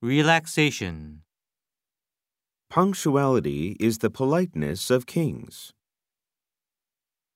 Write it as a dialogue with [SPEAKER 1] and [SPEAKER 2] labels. [SPEAKER 1] Relaxation.
[SPEAKER 2] Punctuality is the politeness of kings.